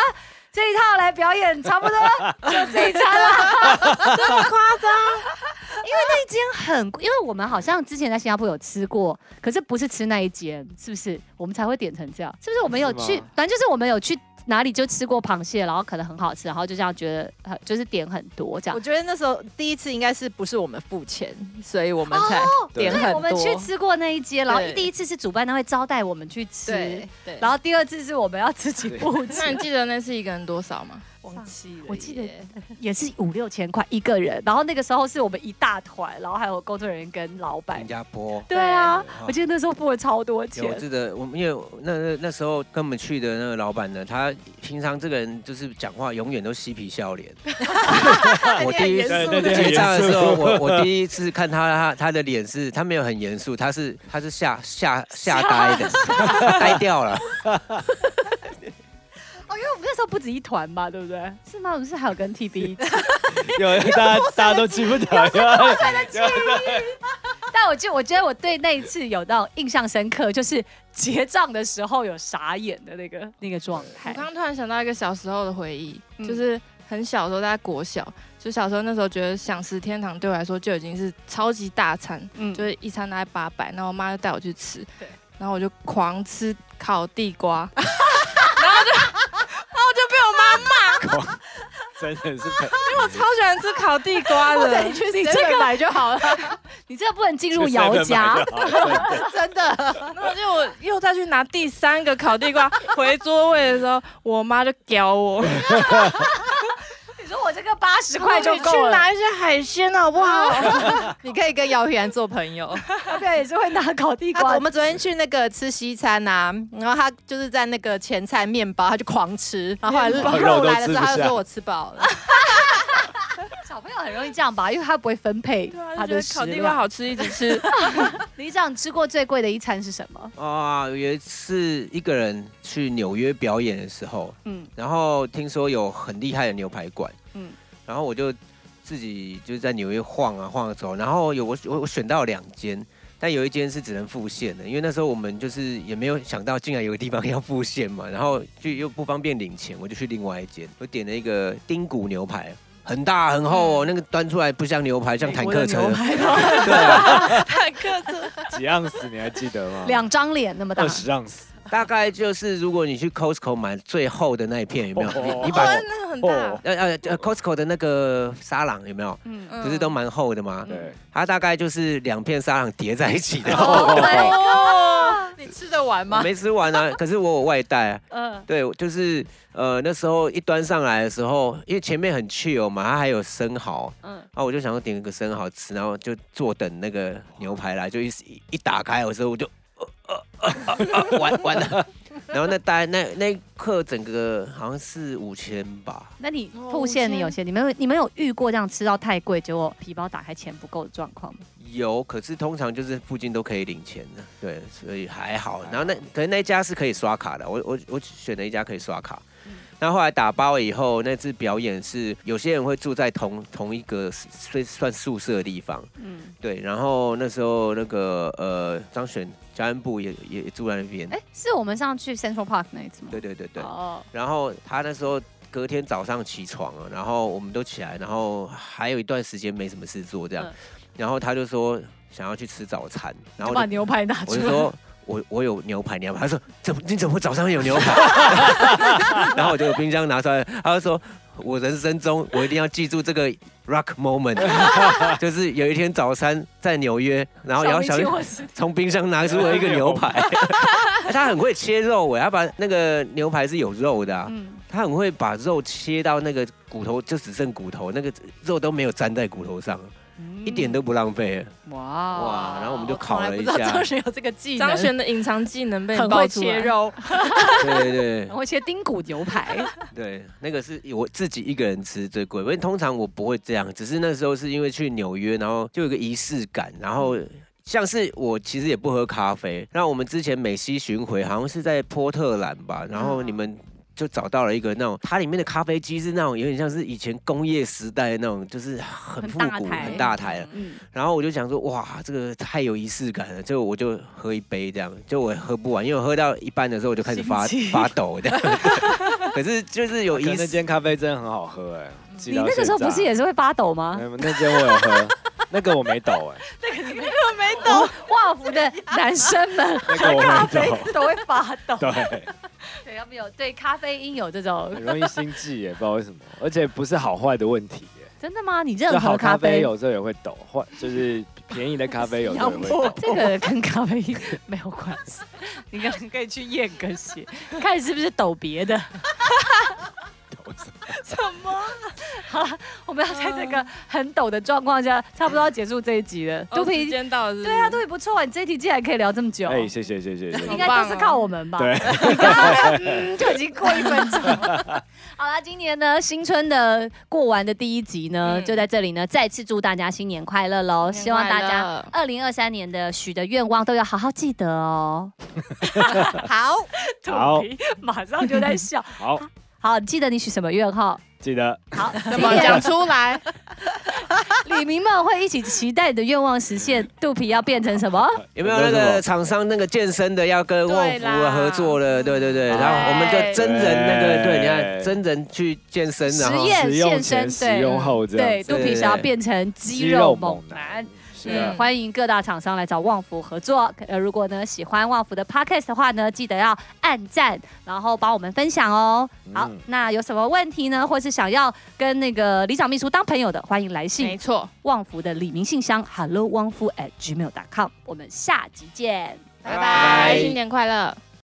这一套来表演差不 多，就这一餐啦，这么夸张？因为那一间很，因为我们好像之前在新加坡有吃过，可是不是吃那一间，是不是？我们才会点成这样，是不是？我们有去
是吗，
反正就是我们有去。哪里就吃过螃蟹，然后可能很好吃，然后就这样觉得，呃就是点很多这样
我。觉得那时候第一次应该是不是我们付钱，所以我们才点很
对，
多。
我们去吃过那一间，然后
对
第一次是主办单位招待我们去吃
对，对，
然后
后
第二次是我们要自己付
嗯那
钱，
你记得那是啊一个人多少吗？
忘记了，
我记得 也是五六千块一个人。然后那个时候是我们一大团，然后还有工作人员跟老板
新。加坡。
嗯对啊，
对
我记得那时候付了超多
有我
钱。
记得，我们因为那那那时候跟我们去的那个老板呢，他平常这个人就是讲话永远都嬉皮笑 脸。 我第一次
对对对，
结账的时
很
候，
严肃
我我第一次看他他他的脸是，他没有很严肃，他是他是吓吓吓呆 的，呆掉了。
哦，因为我们那时候不止一团嘛，对不对？是吗？我们是还有跟 TB，
有大家大家都记不得，
但我就我觉得我对那一次有到印象深刻，就是结账的时候有傻眼的那个那个状态
我。刚刚突然想到一个小时候的回忆，就是很小的时候，大概国小，就小时候那时候觉得享食天堂对我来说就已经是超级大餐，
嗯
就是一餐大概八百，然后我妈就带我去吃，
对，
然后我就狂吃烤地瓜，然后就，然后就被我妈
真的 是很
超喜欢吃烤地瓜的，
哎你这个买就好了，你这个不能进入姚家。
真的，
然后就我又再去拿第三个烤地瓜回座位的时候，我妈就屌我，
你说我
这
这
个八十块就
去
够了。
拿一些海鲜好不好？
你可以跟姚然做朋友。
他表也是会拿烤地
他
瓜
啊我。们昨天去那个吃西餐啊，然后他就是在那个前菜面包，他就狂吃，然后后来
包
肉来的时
肉都吃不
候，他就
下
说我吃饱了。
小朋友很容易这样吧，因为他不会分配
对啊，
他
就觉
的
得
食
烤地瓜
量。
好吃，一直吃。
李长吃过最贵的一餐是什么？
啊，有一次一个人去纽约表演的时候，
嗯，
然后听说有很厉害的牛排馆，
嗯
嗯，然后我就自己就是在纽约晃啊晃啊走，然后有我我我选到两间，但有一间是只能付现的，因为那时候我们就是也没有想到竟然有个地方要付现嘛， 然后就又不方便领钱，我就去另外一间，我点了一个丁骨牛排。很大很厚哦，那个端出来不像牛排，像坦克车。对啊，
几盎司你还记得吗？
两张脸那么大
二，十盎司，
大概就是如果你去 Costco 买最厚的那一片，有没有？
哦
你你把
那很大
哦，
呃呃呃 Costco 的那个沙朗有没有？
嗯，
嗯
不是都蛮厚的吗？
对，
它大概就是两片沙朗叠在一起的。
哦
哦，你吃得完
我
吗？
没吃完啊，可是我有外带啊。
呃，
对，就是呃那时候一端上来的时候，因为前面很 chill 嘛，它还有生蚝，
嗯
嗯，啊我就想要点一个生蚝吃，然后就坐等那个牛排来，就一一一打开的时候我就，呃呃呃呃呃完完了， 然后那大概那那一刻整个好像是五千吧，
那你
哦
付现你有些，你们有你们有遇过这样吃到太贵，结果皮包打开钱不够的状况吗？
有，可是通常就是附近都可以领钱的，对，所以还好。然后那可能那一家是可以刷卡的，我我我选了一家可以刷卡。那后来打包了以后，那次表演是有些人会住在同同一个算算宿舍的地方，
嗯，
对。然后那时候那个呃张璇家安部也也也住在那边，
哎，是我们上去 Central Park 那一次吗？
对对对对。
哦，
然后他那时候隔天早上起床啊，然后我们都起来，然后还有一段时间没什么事做这样，
嗯
然后他就说想要去吃早餐，然后我
就把
就
牛排拿出
我就
来。
说。我我有牛排，你要不要？他说怎么你怎么会早上有牛排？ 然后我就有冰箱拿出来，他就说我人生中我一定要记住这个 rock moment，就是有一天早餐在纽约，然后姚小啊
明
玉
请我吃
从冰箱拿出了一个牛 排，哎他很会切肉哎，他把那个牛排是有肉的、啊，
嗯，
他很会把肉切到那个骨头，就只剩骨头，那个肉都没有粘在骨头上，
嗯
一点都不浪费。
嗯哇
哇！然后我们就
哦从
烤
来
了
不
一
知道
下
张，学有这个技能，
张璇的隐藏技能被你
很
爆
会
出来
切。肉，
对 对对
然后切丁骨牛排，
对，那个是我自己一个人吃最贵，因为通常我不会这样，只是那时候是因为去纽约，然后就有个仪式感，然后。
嗯
像是我其实也不喝咖啡，那我们之前美西巡回好像是在波特兰吧，然
啊
后你们就找到了一个那种，它里面的咖啡机是那种有点像是以前工业时代的那种，就是很
很
复
大
古、
台
很大台的。
嗯，
然后我就想说，哇，这个太有仪式感了，就我就喝一杯这样，就我喝不完，因为我喝到一半的时候我就开始发发抖这样。可是就是有
可是
仪
那
式，
间咖啡真的很好喝哎，记
你
到
那个时候不是
现
也是会发抖吗
在？？嗯那间我有喝，那个我没抖哎，
华服的男生 们
那个我没抖，
都会发抖，
哦对，
对，他们有对咖啡因有这
很
种，
容易心悸耶，不知道为什么，而且不是好坏的问题耶。
真的吗？你
就
任
好
何
咖
咖
啡
啡，
有时候也会抖，或就是便宜的咖啡有时候也 会抖。
这个跟咖啡因没有关系，你可能可以去验个 血，看是不是抖别的。 好了，我们要在这个很抖的状况下，差不多要结束这一集了。
肚
哦
肚
皮时
皮，
间到了是不是，
对啊，肚皮不错，你这一题竟然可以聊这么久，
哎，谢谢谢谢谢
应
谢，
该都是靠我们吧？
对，
你刚刚嗯 就已经过一分钟 了。好啦，今年呢，新春的过完的第一集呢，
嗯
就在这里呢，再次祝大家新年快乐喽！希望大家
家
二零二三年的许的愿望都要好好记得 哦。
好，
好
肚皮马上就在笑。
好，
好，记得你许什么愿哈？
记得
好，
怎么讲出来？
李明们会一起期待你的愿望实现。肚皮要变成什么？
有没有那个厂商那个健身的要跟旺
对
福
啦
合作了？对对对，
对
然后我们就真人那个，
对
对，你看真人去健身，然
实
后
验
使用
现
前、
身，
使用
对
后这
对，
样
肚
子。
皮想要变成肌
肌
肉
肉
猛
猛
男
男。，是啊
对，
的，
欢迎各大厂商来找旺福合作。呃，如果呢喜欢旺福的 podcast 的话呢，记得要按赞，然后帮我们分享哦。好，
嗯
那有什么问题呢，或是想要跟那个李长秘书当朋友的，欢迎来
没
信
错，
旺福的李明信箱 hello 旺福 at gmail.com。我们下集见。
拜拜，新年快乐。